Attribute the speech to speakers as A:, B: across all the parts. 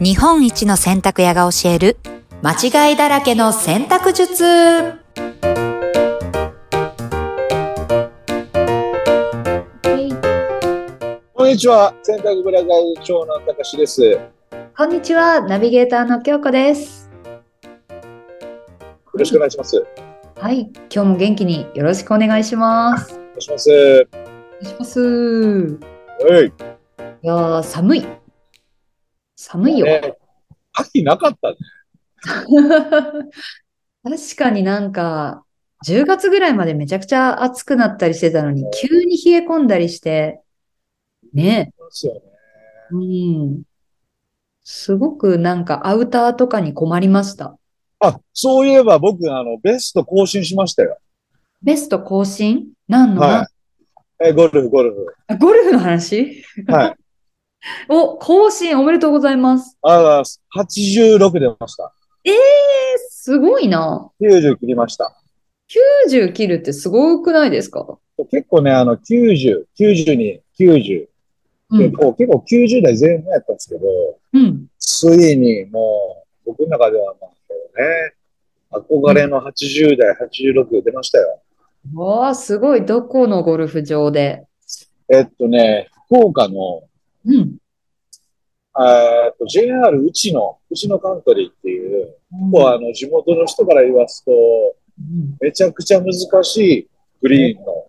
A: 日本一の洗濯屋が教える間違いだらけの洗濯術
B: こんにちは。洗濯ブラザーズ長男たかしです。よ
A: こんにちはナビゲーターの京子です
B: ろしくお願いします。お
A: はい今日も元気によろしくお願いします
B: 願いします。は
A: お願いします
B: い。
A: いやー寒い寒いよ、
B: ね、秋なかったね。
A: 確かになんか10月ぐらいまでめちゃくちゃ暑くなったりしてたのに急に冷え込んだりしてね
B: ですよね。
A: うん。すごくなんかアウターとかに困りました。
B: あ、そういえば僕、あの、ベスト更新しましたよ。
A: ベスト更新何の、
B: はい。え、ゴルフ、ゴル フ。
A: あゴルフの話
B: はい。
A: お、更新おめでとうございます。
B: あ86出ました。
A: えー、すごいな。
B: 90切りました。
A: 90切るってすごくないですか
B: 結構ね、あの、90、92、90。
A: う
B: 結
A: ん。
B: 構、結構90代前半やったんですけど、
A: うん。
B: ついにもう、僕の中ではまあ、ね、憧れの80代、86出ましたよ。
A: わあ、すごい。どこのゴルフ場で
B: えっとね、福岡の、
A: うん。
B: えっと JR うちの、うちのカントリーっていう、もうあの地元の人から言わすと、
A: うん
B: めちゃくちゃ難しいグリーンの、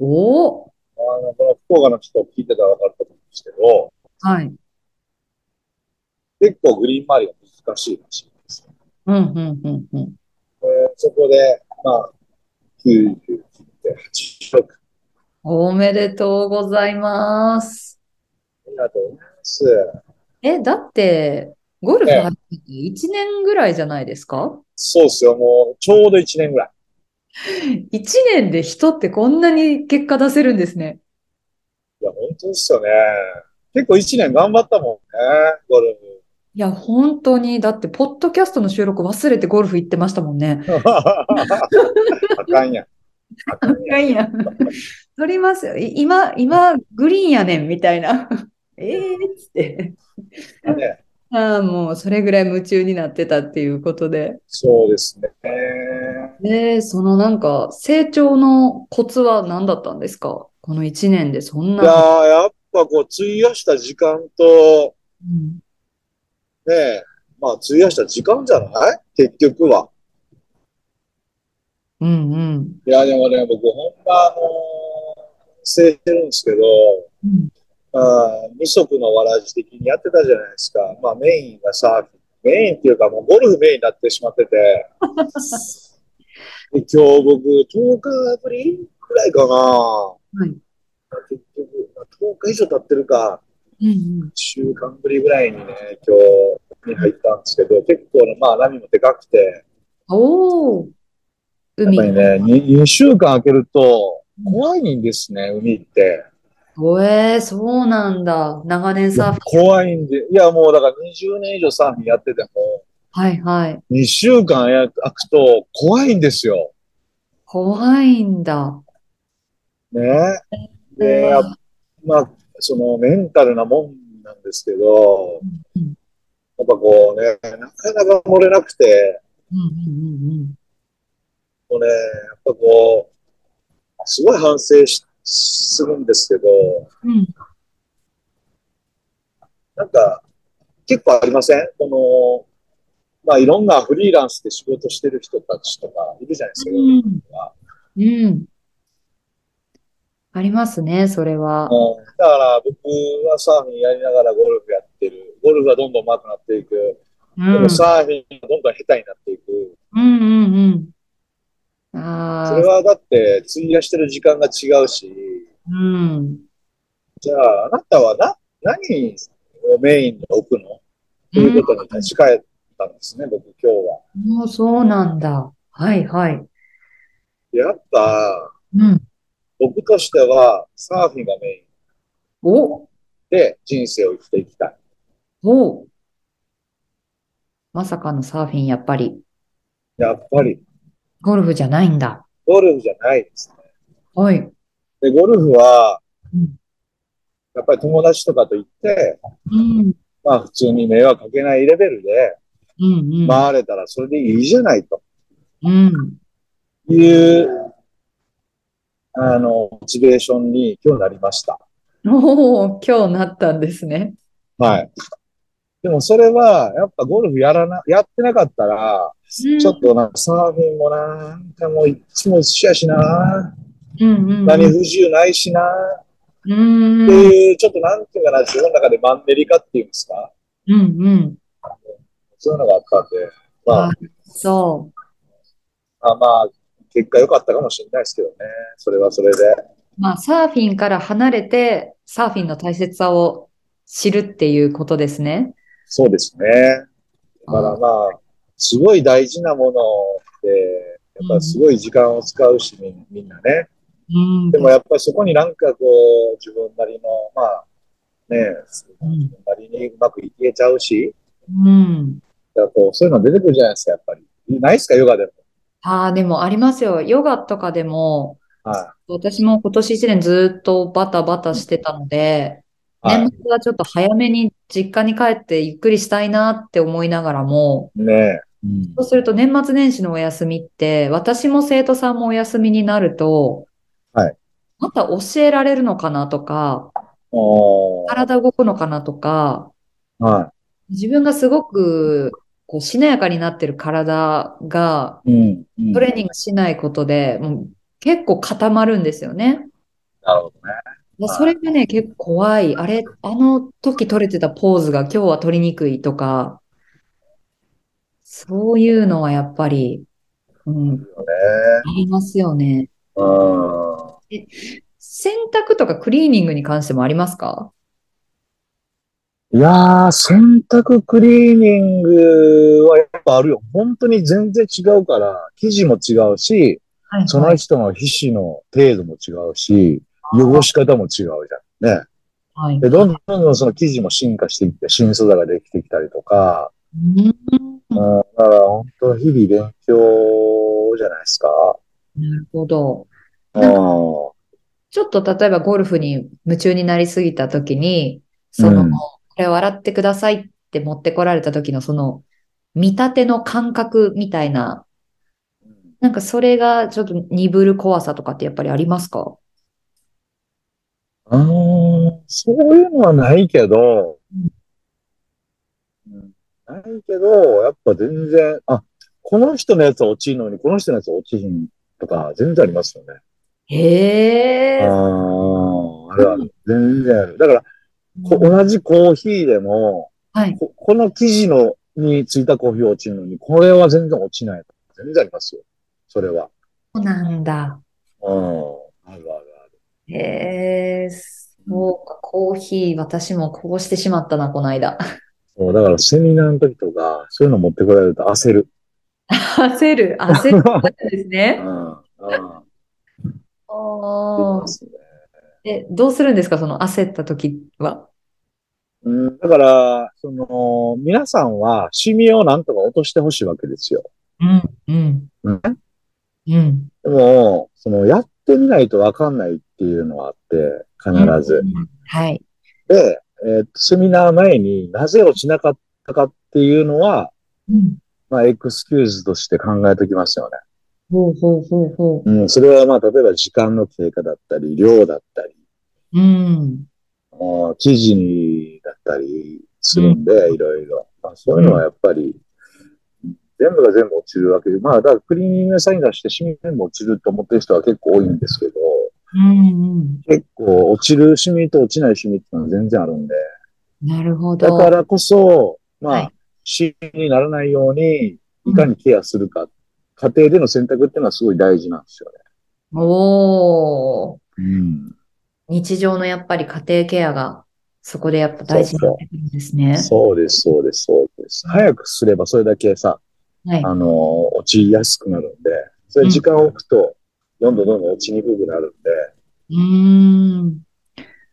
A: おー
B: あの、この福岡の人聞いてたらわかると思うんですけど、
A: はい。
B: 結構グリーン周りが難しいらしいんですよ。
A: うん、うん、うん、うん。
B: えーそこで、まあ、90切って86。
A: おめでとうございます。
B: ありがとうございます。
A: え、だって、ゴルフ
B: ええ
A: 始めて1年ぐらいじゃないですか
B: そうっすよ、もうちょうど1年ぐらい。
A: ?1 年で人ってこんなに結果出せるんですね。
B: いや、本当ですよね。結構1年頑張ったもんね、ゴルフ。
A: いや、本当に、だって、ポッドキャストの収録忘れてゴルフ行ってましたもんね。
B: あかんやん。あかん
A: い
B: や
A: や
B: ん。
A: いや、取りますよ。い今、今、グリーンやねん、みたいな。 ええっつって。
B: ね、
A: ああ、もう、それぐらい夢中になってたっていうことで。
B: そうですね。
A: で、そのなんか、成長のコツは何だったんですかこの1年でそん
B: い
A: な。
B: やーやっぱこう、費やした時間と、
A: うん
B: ねえ、まあ、費やした時間じゃない結局は。
A: うんうん。
B: いや、でもね、僕、ほんま、あのー、反省してるんですけど、
A: うん
B: あー二足のわらじ的にやってたじゃないですか。まあ、メインがサーフィン。メインっていうか、もうゴルフメインになってしまって て。で今日僕、10日ぶりくらいかな。
A: い
B: 結局、10日以上経ってるか、
A: うん
B: 1週間ぶりぐらいにね、今日に入ったんですけど、結構ね、まあ、波もでかくて、
A: おお。
B: やっ
A: 海
B: ぱり
A: の。
B: ね、2, 週間空けると、怖いんですね、海って。
A: おえー、そうなんだ。長年サーフィン。
B: 怖いんで、いや、もうだから20年以上サーフィンやってても、
A: はいはい。
B: 2週間空くと怖いんですよ。
A: 怖いんだ。
B: ね。で、やっまあ、そのメンタルなもんなんですけど、
A: うんうん
B: やっぱこうね、なかなか漏れなくて、
A: うんうんうん
B: こうね、やっぱこう、すごい反省しするんですけど、
A: うん。うん。
B: なんか、結構ありませんこの、まあいろんなフリーランスで仕事してる人たちとかいるじゃないですか。
A: うん。うん。ありますね、それは。
B: うんだから僕はサーフィンやりながらゴルフやってる。ゴルフはどんどん上手くなっていく。
A: う
B: で
A: ん。
B: もサーフィンがどんどん下手になっていく。
A: うんうんうん。あ
B: そ
A: あ
B: れ、はだって、費やしてる時間が違うし、
A: うん。
B: じゃあ、あなたはな、何をメインに置くのということに立ち返ったんですね、僕今日は。
A: もうそうなんだ。はいはい。
B: やっぱ、
A: うん。
B: 僕としては、サーフィンがメイン
A: お
B: で人生を生きていきたい。
A: おう。まさかのサーフィン、やっぱり。
B: やっぱり、
A: ゴルフじゃないんだ。
B: ゴルフじゃないですね。
A: はい。
B: で、ゴルフは
A: うん、
B: やっぱり友達とかと行って、
A: うん。
B: まあ普通に迷惑かけないレベルで
A: うんうん。
B: 回れたらそれでいいじゃないと
A: うん。
B: いう、あの、モチベーションに今日なりました。
A: おお、今日なったんですね。
B: はい。でもそれは、やっぱゴルフやらな、やってなかったら、
A: うん
B: ちょっとなんかサーフィンもなんかもういつも一緒やしな、
A: うんうん。
B: 何不自由ないしな、
A: うん
B: っていう、ちょっとなんていうかな、自分の中でマンネリ化っていうんですか、
A: うんうん。
B: そういうのがあったんで、まあ
A: あ、そ
B: あまあ、結果良かったかもしれないですけどね。それはそれで。
A: う。まあ、サーフィンから離れて、サーフィンの大切さを知るっていうことですね。
B: そうですね。だからまあ、すごい大事なもので、やっぱすごい時間を使うし、みんみんなね。
A: うん。
B: でもやっぱりそこになんかこう、自分なりの、まあ、ね、自
A: うん
B: 分なりにうまくいけちゃうし、
A: うん。
B: だからこうそういうの出てくるじゃないですか、やっぱり。ないですか、ヨガでも。
A: ああ、でもありますよ。ヨガとかでも、
B: は
A: 私も今年一年ずっとバタバタしてたので、
B: い。は
A: 年末はちょっと早めに実家に帰ってゆっくりしたいなって思いながらも、
B: い。ねえ。うん
A: そうすると年末年始のお休みって、私も生徒さんもお休みになると、
B: はい
A: また教えられるのかなとか、
B: おー
A: 体動くのかなとか、
B: は
A: 自分がすごくこうしなやかになってる体が
B: い。うん。うん
A: トレーニングしないことで、もう結構固まるんですよね。
B: なるほどね。
A: で
B: はい
A: それがね、結構怖い。あれ、あの時撮れてたポーズが今日は撮りにくいとか、そういうのはやっぱり、うん、
B: ね
A: ありますよね。
B: うん。
A: 洗濯とかクリーニングに関してもありますか
B: いやー、洗濯クリーニングはやっぱあるよ。本当に全然違うから、生地も違うし、
A: はい
B: その人の皮脂の程度も違うし、汚し方も違うじゃん。ね。
A: はい。
B: で、どんどんどんどんその生地も進化していって、新素材ができてきたりとか、
A: うん
B: うん、だから本当日々勉強じゃないですか。
A: なるほど。
B: う
A: なん
B: ん。
A: ちょっと例えばゴルフに夢中になりすぎた時に、その、
B: うん
A: これを洗ってくださいって持ってこられた時のその、見立ての感覚みたいななんかそれがちょっと鈍る怖さとかってやっぱりありますか
B: あーそういうのはないけど、うんないけど、やっぱ全然、あ、この人のやつは落ちるのに、この人のやつは落ちひんとか、全然ありますよね。
A: へえ。
B: ああ、あれは全然ある。だから、こ同じコーヒーでも、
A: はい。
B: こ、この生地のについたコーヒーは落ちるのに、これは全然落ちない。全然ありますよ。それは。
A: そうなんだ。
B: うん。あるあるある。
A: へえ、そうか、コーヒー、私もこうしてしまったな、この間。
B: そう、だからセミナーの時とか、そういうの持ってこられると焦る。
A: 焦る、焦るです
B: う
A: ね。
B: ん。うん。
A: あ
B: で
A: あ。
B: すね。
A: え、どうするんですか、その焦った時は。
B: うん、だから、その、皆さんは、シミをなんとか落としてほしいわけですよ。
A: うん、うん、
B: うん、
A: うん。
B: でも、その、やってみないとわかんないっていうのはあって、必ず。
A: うん。はい。
B: で、えーっと、セミナー前になぜ落ちなかったかっていうのは、
A: うん。
B: まあ、エクスキューズとして考えときますよね。
A: ほうほうほうほ
B: うん、それはまあ、例えば時間の経過だったり、量だったり、
A: う。うん。
B: もう記事にだったりするんで、いろいろ。まあ、そういうのはやっぱり、全部が全部落ちるわけで、まあ、だからクリーニング屋さんに出して、シミ全部落ちると思ってる人は結構多いんですけど、
A: うん、うん。
B: 結構落ちるシミと落ちないシミっていうのは全然あるんで、
A: なるほ
B: だ
A: ど。
B: からこそ、ま
A: は
B: あ
A: い、
B: シミにならないように、いかにケアするか、家庭での選択っていうのはすごい大事なんですよね。
A: おー。
B: うん。
A: 日常のやっぱり家庭ケアがそこでやっぱ大事になってくるんですね。
B: そうです、そうです、そうです。早くすればそれだけさ、
A: はい。
B: あの、落ちやすくなるんで、それ時間を置くと、どんどんどんどん落ちにくくなるんで、
A: うーん。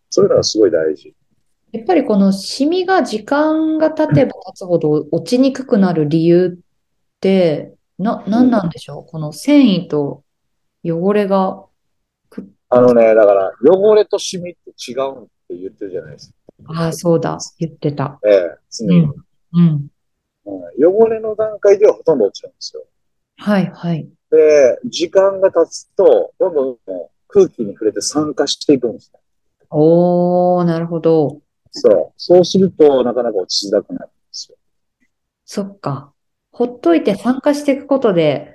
B: そういうのはすごい大事。
A: やっぱりこのシミが時間が経てば経つほど落ちにくくなる理由って、な、なんなんでしょうこの繊維と汚れが、
B: あのね、だから、汚れとシミって違うって言ってるじゃないです
A: ああ、そうだ、言ってた。
B: か。ええ。常に。
A: うん。
B: うん汚れの段階ではほとんど落ちるんですよ。
A: はい、はい。
B: で、時間が経つと、どんどんどんどん空気に触れて酸化していくんですね。
A: おー、なるほど。
B: そう。そうすると、なかなか落ちづらくなるんですよ。
A: そっか。ほっといて酸化していくことで、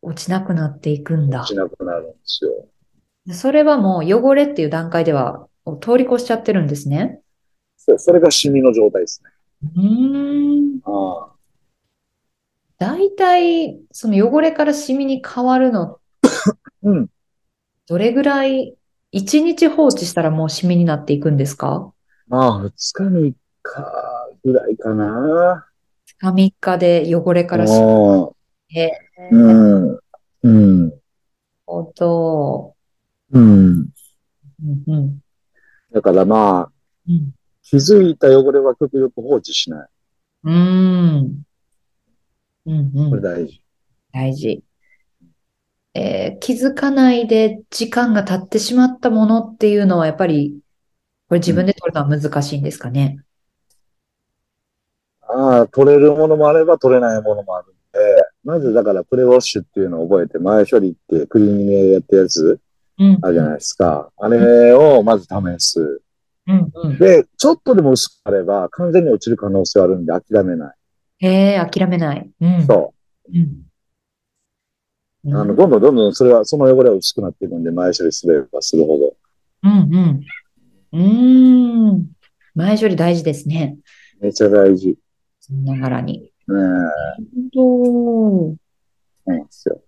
A: 落ちなくなっていくんだ
B: 落。ちなくなるんですよ。
A: それはもう汚れっていう段階ではを通り越しちゃってるんですね。
B: そうそれがシミの状態ですね。
A: うーん。
B: ああ
A: 大体、その汚れからシミに変わるの、
B: うん。
A: どれぐらい、一日放置したらもうシミになっていくんですか
B: まあ、二日に一回ぐらいかな。
A: ?3 日で汚れからシミ。
B: も
A: え
B: ううん。うん。
A: ほど。
B: うん。
A: うんうん。
B: だからまあ、
A: うん。
B: 気づいた汚れは極力放置しない。
A: うーん。うんうん
B: これ大事。
A: 大事。えー気づかないで時間が経ってしまったものっていうのはやっぱり、これ自分で取るのは難しいんですかね。
B: ああ、取れるものもあれば取れないものもあるんで、まずだからプレウォッシュっていうのを覚えて、前処理ってクリーニングでやったやつ
A: うん。
B: あるじゃないですか。あれをまず試す。
A: うんうん。
B: で、ちょっとでも薄くあれば完全に落ちる可能性はあるんで諦めない。
A: へえ、諦めない。うん。。
B: そう
A: うん。
B: う。あ
A: なる
B: の、
A: ほど
B: どんどんどんどんそれは、その汚れは薄くなっていくんで、前処理すればするほど。
A: うんうん。うーん。前処理大事ですね。
B: めっちゃ大事。ね
A: そんながらに。
B: え。
A: ほんと
B: そうなんですよ。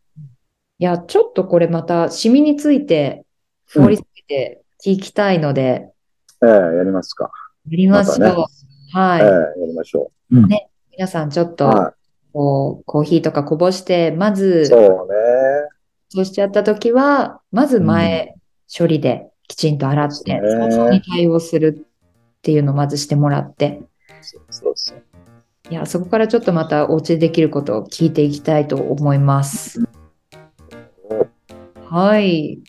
A: いや、ちょっとこれまた、シミについて、
B: うん
A: 掘り下げて聞きたいので、
B: ええ、やりますか。
A: やりましょう。
B: またね
A: はい。
B: ええ、やりましょう。うん
A: ね皆さんちょっと、
B: は
A: こう、コーヒーとかこぼして、ま
B: い。
A: ず、
B: そうね。
A: そうしちゃったときは、まず前処理できちんと洗って、
B: そうですね
A: 早々に対応するっていうのをまずしてもらって、
B: そうそうそう。
A: いや、そこからちょっとまたお家でできることを聞いていきたいと思います。はい。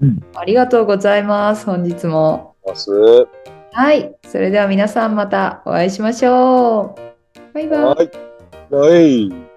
B: うん
A: ありがとうございます。本日も。
B: ます。
A: はい。それでは皆さんまたお会いしましょう。バイバイ。
B: はい。はい。